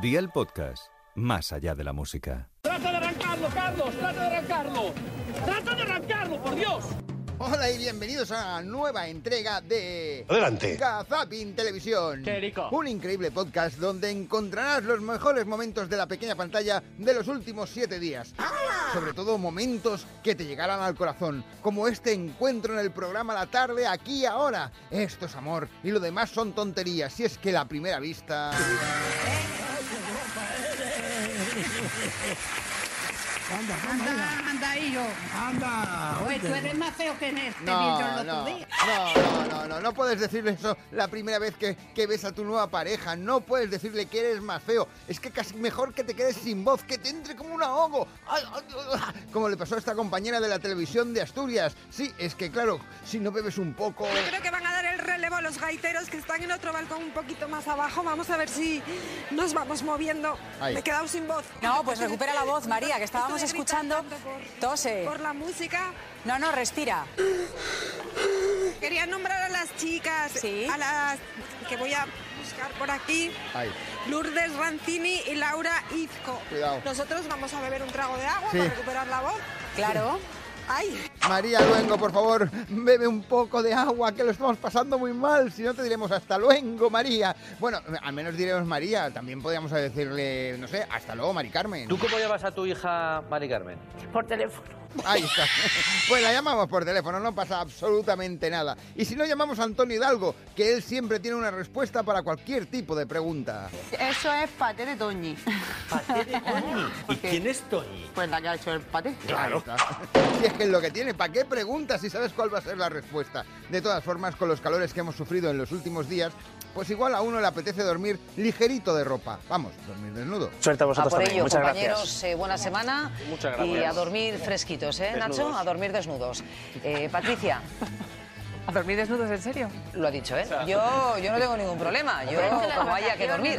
Día el podcast, más allá de la música. Trata de arrancarlo, Carlos, trata de arrancarlo. Trata de arrancarlo, por Dios. Hola y bienvenidos a la nueva entrega de Adelante. Gazapin Televisión. Qué rico. Un increíble podcast donde encontrarás los mejores momentos de la pequeña pantalla de los últimos siete días. Sobre todo momentos que te llegarán al corazón, como este encuentro en el programa La Tarde aquí y ahora. Esto es amor y lo demás son tonterías. Si es que la primera vista. Anda, anda ahí yo. Anda. Oye, tú eres más feo que en este vídeo el No, otro no, día. no, no, no, no puedes decirle eso la primera vez que, que ves a tu nueva pareja. No puedes decirle que eres más feo. Es que casi mejor que te quedes sin voz, que te entre como un ahogo. Ay, ay, ay, Como le pasó a esta compañera de la televisión de Asturias. Sí, es que claro, si no bebes un poco... Yo creo que van a dar el relevo los gaiteros que están en otro balcón un poquito más abajo. Vamos a ver si nos vamos moviendo. Ahí. Me he quedado sin voz. No, pues recupera la voz, María, que estábamos Estoy escuchando. gritando por- Tose. Por la música. No, no, respira. Quería nombrar a las chicas. Sí. A las que voy a buscar por aquí. Ay. Lourdes Rancini y Laura Izco. Cuidado. Nosotros vamos a beber un trago de agua Sí. para recuperar la voz. Claro. Ay, María Luengo, por favor, bebe un poco de agua, que lo estamos pasando muy mal. Si no, te diremos hasta luego, María. Bueno, al menos diremos María. También podríamos decirle, no sé, hasta luego, Mari Carmen. ¿Tú cómo llevas a tu hija Mari Carmen? por teléfono. Ahí está. Pues la llamamos por teléfono, no pasa absolutamente nada. Y si no llamamos a Antonio Hidalgo, que él siempre tiene una respuesta para cualquier tipo de pregunta. Eso es paté de Toñi. ¿Y quién es Tony? Pues la que ha hecho el paté. Claro. Si es que es lo que tiene, ¿para qué preguntas si sabes cuál va a ser la respuesta? De todas formas, con los calores que hemos sufrido en los últimos días, pues igual a uno le apetece dormir ligerito de ropa. Vamos, dormir desnudo. Suerte a A vosotros por también. ello, Muchas compañeros, eh, buena semana. Muchas gracias. Y a dormir fresquitos, ¿eh, Nacho? Desnudos. A dormir desnudos. Eh, Patricia. ¿A dormir desnudos, en serio? Lo ha dicho, ¿eh? Yo, yo no tengo ningún problema. Yo, como haya que dormir.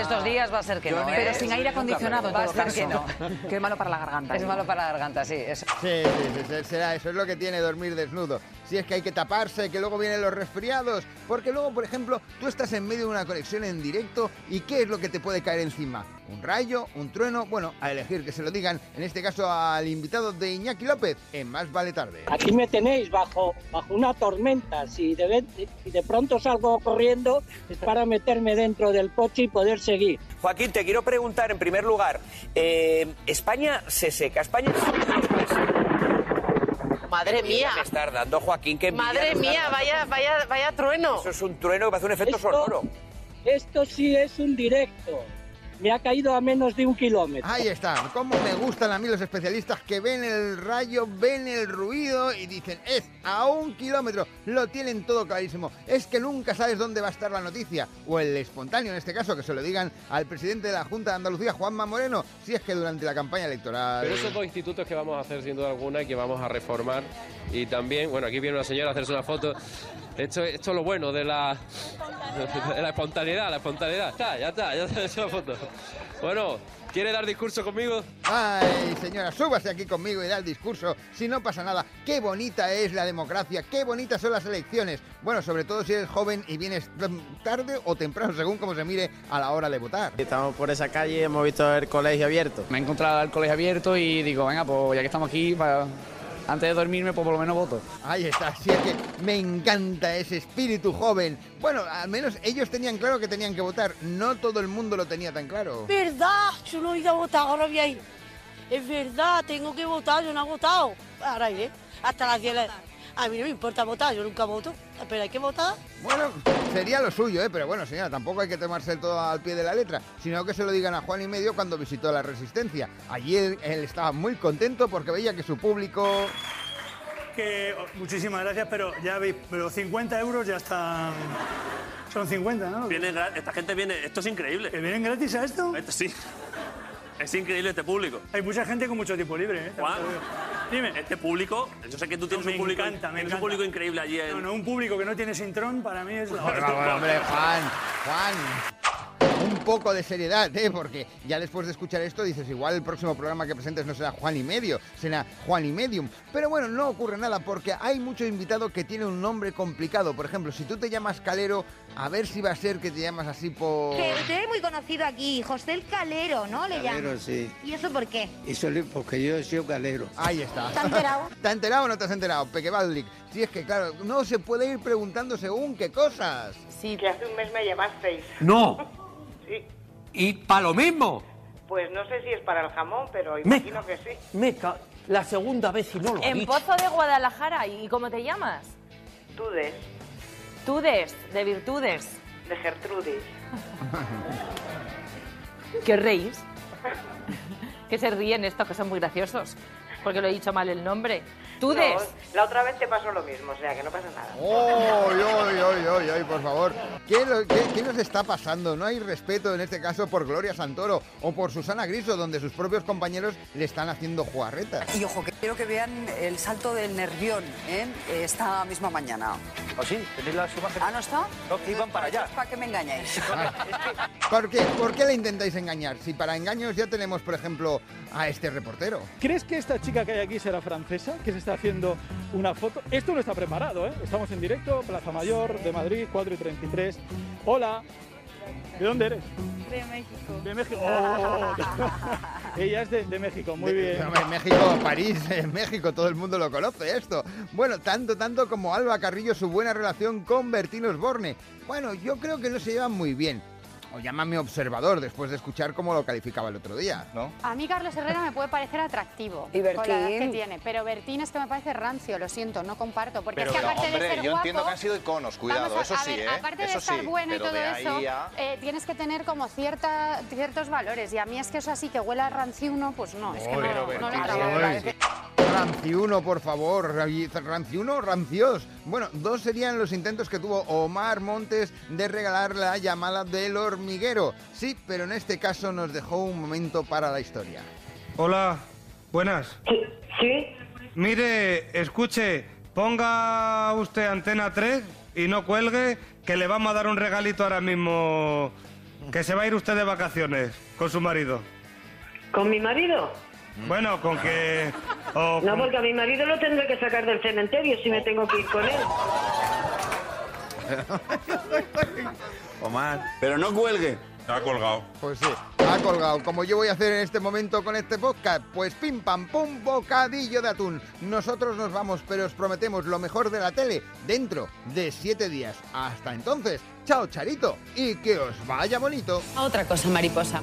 estos días va a ser que no. ¿eh? Pero sin aire acondicionado, en Va a todo estar que caso. no. Que es malo para la garganta. Es malo para la garganta, ¿eh? sí. eso. Sí, sí, sí, será eso, es lo que tiene dormir desnudo. Si es que hay que taparse, que luego vienen los resfriados, porque luego, por ejemplo, tú estás en medio de una conexión en directo y ¿qué es lo que te puede caer encima? ¿Un rayo? ¿Un trueno? Bueno, a elegir que se lo digan, en este caso al invitado de Iñaki López, en Más Vale Tarde. Aquí me tenéis bajo, bajo una tormenta. Si de, vez- si de pronto salgo corriendo es para meterme dentro del coche y poder seguir. Joaquín, te quiero preguntar en primer lugar. eh, España se seca. España es uno de los países Madre que mía, me estar dando, Joaquín. Que madre mía, vaya, vaya, vaya trueno. Eso es un trueno que va a hacer un efecto Esto- sonoro. Esto sí es un directo. Me ha caído a menos de un kilómetro. Ahí está, cómo me gustan a mí los especialistas que ven el rayo, ven el ruido y dicen, es a un kilómetro, lo tienen todo clarísimo. Es que nunca sabes dónde va a estar la noticia, o el espontáneo en este caso, que se lo digan al presidente de la Junta de Andalucía, Juanma Moreno, si es que durante la campaña electoral... Pero esos dos institutos que vamos a hacer sin duda alguna y que vamos a reformar. Y también, bueno, aquí viene una señora a hacerse una foto. Esto, esto es lo bueno de la, de la espontaneidad, la espontaneidad. Está, ya está, ya está hecho la foto. Bueno, ¿quiere dar discurso conmigo? Ay, señora, súbase aquí conmigo y da el discurso, si no pasa nada. Qué bonita es la democracia, qué bonitas son las elecciones. Bueno, sobre todo si eres joven y vienes mm, tarde o temprano, según como se mire, a la hora de votar. Estamos por esa calle, hemos visto el colegio abierto. Me he encontrado al colegio abierto y digo, venga, pues ya que estamos aquí, antes de dormirme, pues por lo menos voto. Ahí está, así es que me encanta ese espíritu joven. Bueno, al menos ellos tenían claro que tenían que votar, no todo el mundo lo tenía tan claro. ¿Verdad? Yo no he ido a votar, ahora voy a ir. Es verdad, tengo que votar, yo no he votado. Ahora iré, hasta las 10 de la- A mí no me importa votar, yo nunca voto, pero hay que votar. Bueno, sería lo suyo, ¿eh? pero bueno, señora, tampoco hay que tomarse todo al pie de la letra, sino que se lo digan a Juan y medio cuando visitó la Resistencia. Allí él, él estaba muy contento porque veía que su público... Que, oh, muchísimas gracias, pero ya veis, pero 50 euros ya están. Son 50, ¿no? esta gente viene, esto es increíble. ¿Que vienen gratis a esto? Esto sí. Es increíble este público. Hay mucha gente con mucho tiempo libre, ¿eh? Juan, Dime. Este público, yo sé que tú tienes No, un me público, encanta, me tienes encanta. un público increíble allí en No, no, un público que no tiene sintrón para mí es la Por favor, hombre, Juan, Juan. Un poco de seriedad, ¿eh? Porque ya después de escuchar esto dices, igual el próximo programa que presentes no será Juan y Medio, será Juan y Medium. Pero bueno, no ocurre nada porque hay mucho invitado que tiene un nombre complicado. Por ejemplo, si tú te llamas Calero, a ver si va a ser que te llamas así por... Que usted es muy conocido aquí, José el Calero, ¿no? Le llaman. Calero, sí. ¿Y eso por qué? Eso le- porque yo he sido calero. Ahí está. ¿Te has enterado? ¿Te has enterado o no te has enterado, Peque Baldic? Si es que, claro, no se puede ir preguntando según qué cosas. Sí, que hace un mes me llamasteis. No, Sí, y para lo mismo. pues no sé si es para el jamón, pero imagino que sí. Me ca- la segunda vez y no lo ha En dicho. Pozo de Guadalajara, ¿y cómo te llamas? Tudes, Tudes, de virtudes. de Gertrudis. Que os reís. que se ríen estos que son muy graciosos. Porque lo he dicho mal el nombre. Tudes. No, la otra vez te pasó lo mismo, o sea que no pasa nada. ¡Oh, oy, oy, oy, oy, por favor! ¿Qué, lo- qué- qué nos está pasando? No hay respeto en este caso por Gloria Santoro o por Susana Griso, donde sus propios compañeros le están haciendo jugarretas. Y ojo, que quiero que vean el salto del nervión ¿eh? esta misma mañana. ¿O sí? ¿Tenéis las imágenes? ¿Ah, no está? No, que iban para allá. Es para que me engañéis. ¿Por qué? ¿Por qué la intentáis engañar? Si para engaños ya tenemos, por ejemplo, a este reportero. ¿Crees que esta chica que hay aquí será francesa? Que se está haciendo una foto. Esto no está preparado, ¿eh? Estamos en directo, Plaza Mayor de Madrid, 4 y 33. Hola, ¿de dónde eres? De México. De México. Oh. Ella es de, de México, muy De- bien. hombre, México, París, eh, México, todo el mundo lo conoce esto. Bueno, tanto, tanto como Alba Carrillo, su buena relación con Bertín Osborne. Bueno, yo creo que no se llevan muy bien. O llámame observador después de escuchar cómo lo calificaba el otro día, ¿no? A mí Carlos Herrera me puede parecer atractivo. Y Con la edad que Bertín. tiene. Pero Bertín es que me parece rancio, lo siento, no comparto. Porque Pero, es que no, aparte de hombre, ser yo entiendo guapo, que han sido iconos, cuidado, vamos a, eso a sí, ver, ¿eh? Aparte de eso estar sí, bueno y pero todo de ahí eso, a- eh, tienes que tener como cierta, ciertos valores. Y a mí es que eso así que huela a ranciuno, pues no, es que no, no lo trabajo. Ranciuno, por favor. Ravi- Ranciuno, rancios. Bueno, dos serían los intentos que tuvo Omar Montes de regalar la llamada del hormiguero. Sí, pero en este caso nos dejó un momento para la historia. Hola, buenas. Sí. Mire, escuche, ponga usted antena 3 y no cuelgue, que le vamos a dar un regalito ahora mismo. Que se va a ir usted de vacaciones con su marido. ¿Con mi marido? Mm. Bueno, con que. o No, con- porque a mi marido lo tendré que sacar del cementerio si me tengo que ir con él. Omar. Pero no cuelgue. Ha colgado. Pues sí, ha colgado. Como yo voy a hacer en este momento con este podcast, pues pim pam pum, bocadillo de atún. Nosotros nos vamos, pero os prometemos lo mejor de la tele dentro de siete días. Hasta entonces, chao Charito y que os vaya bonito. A otra cosa, mariposa.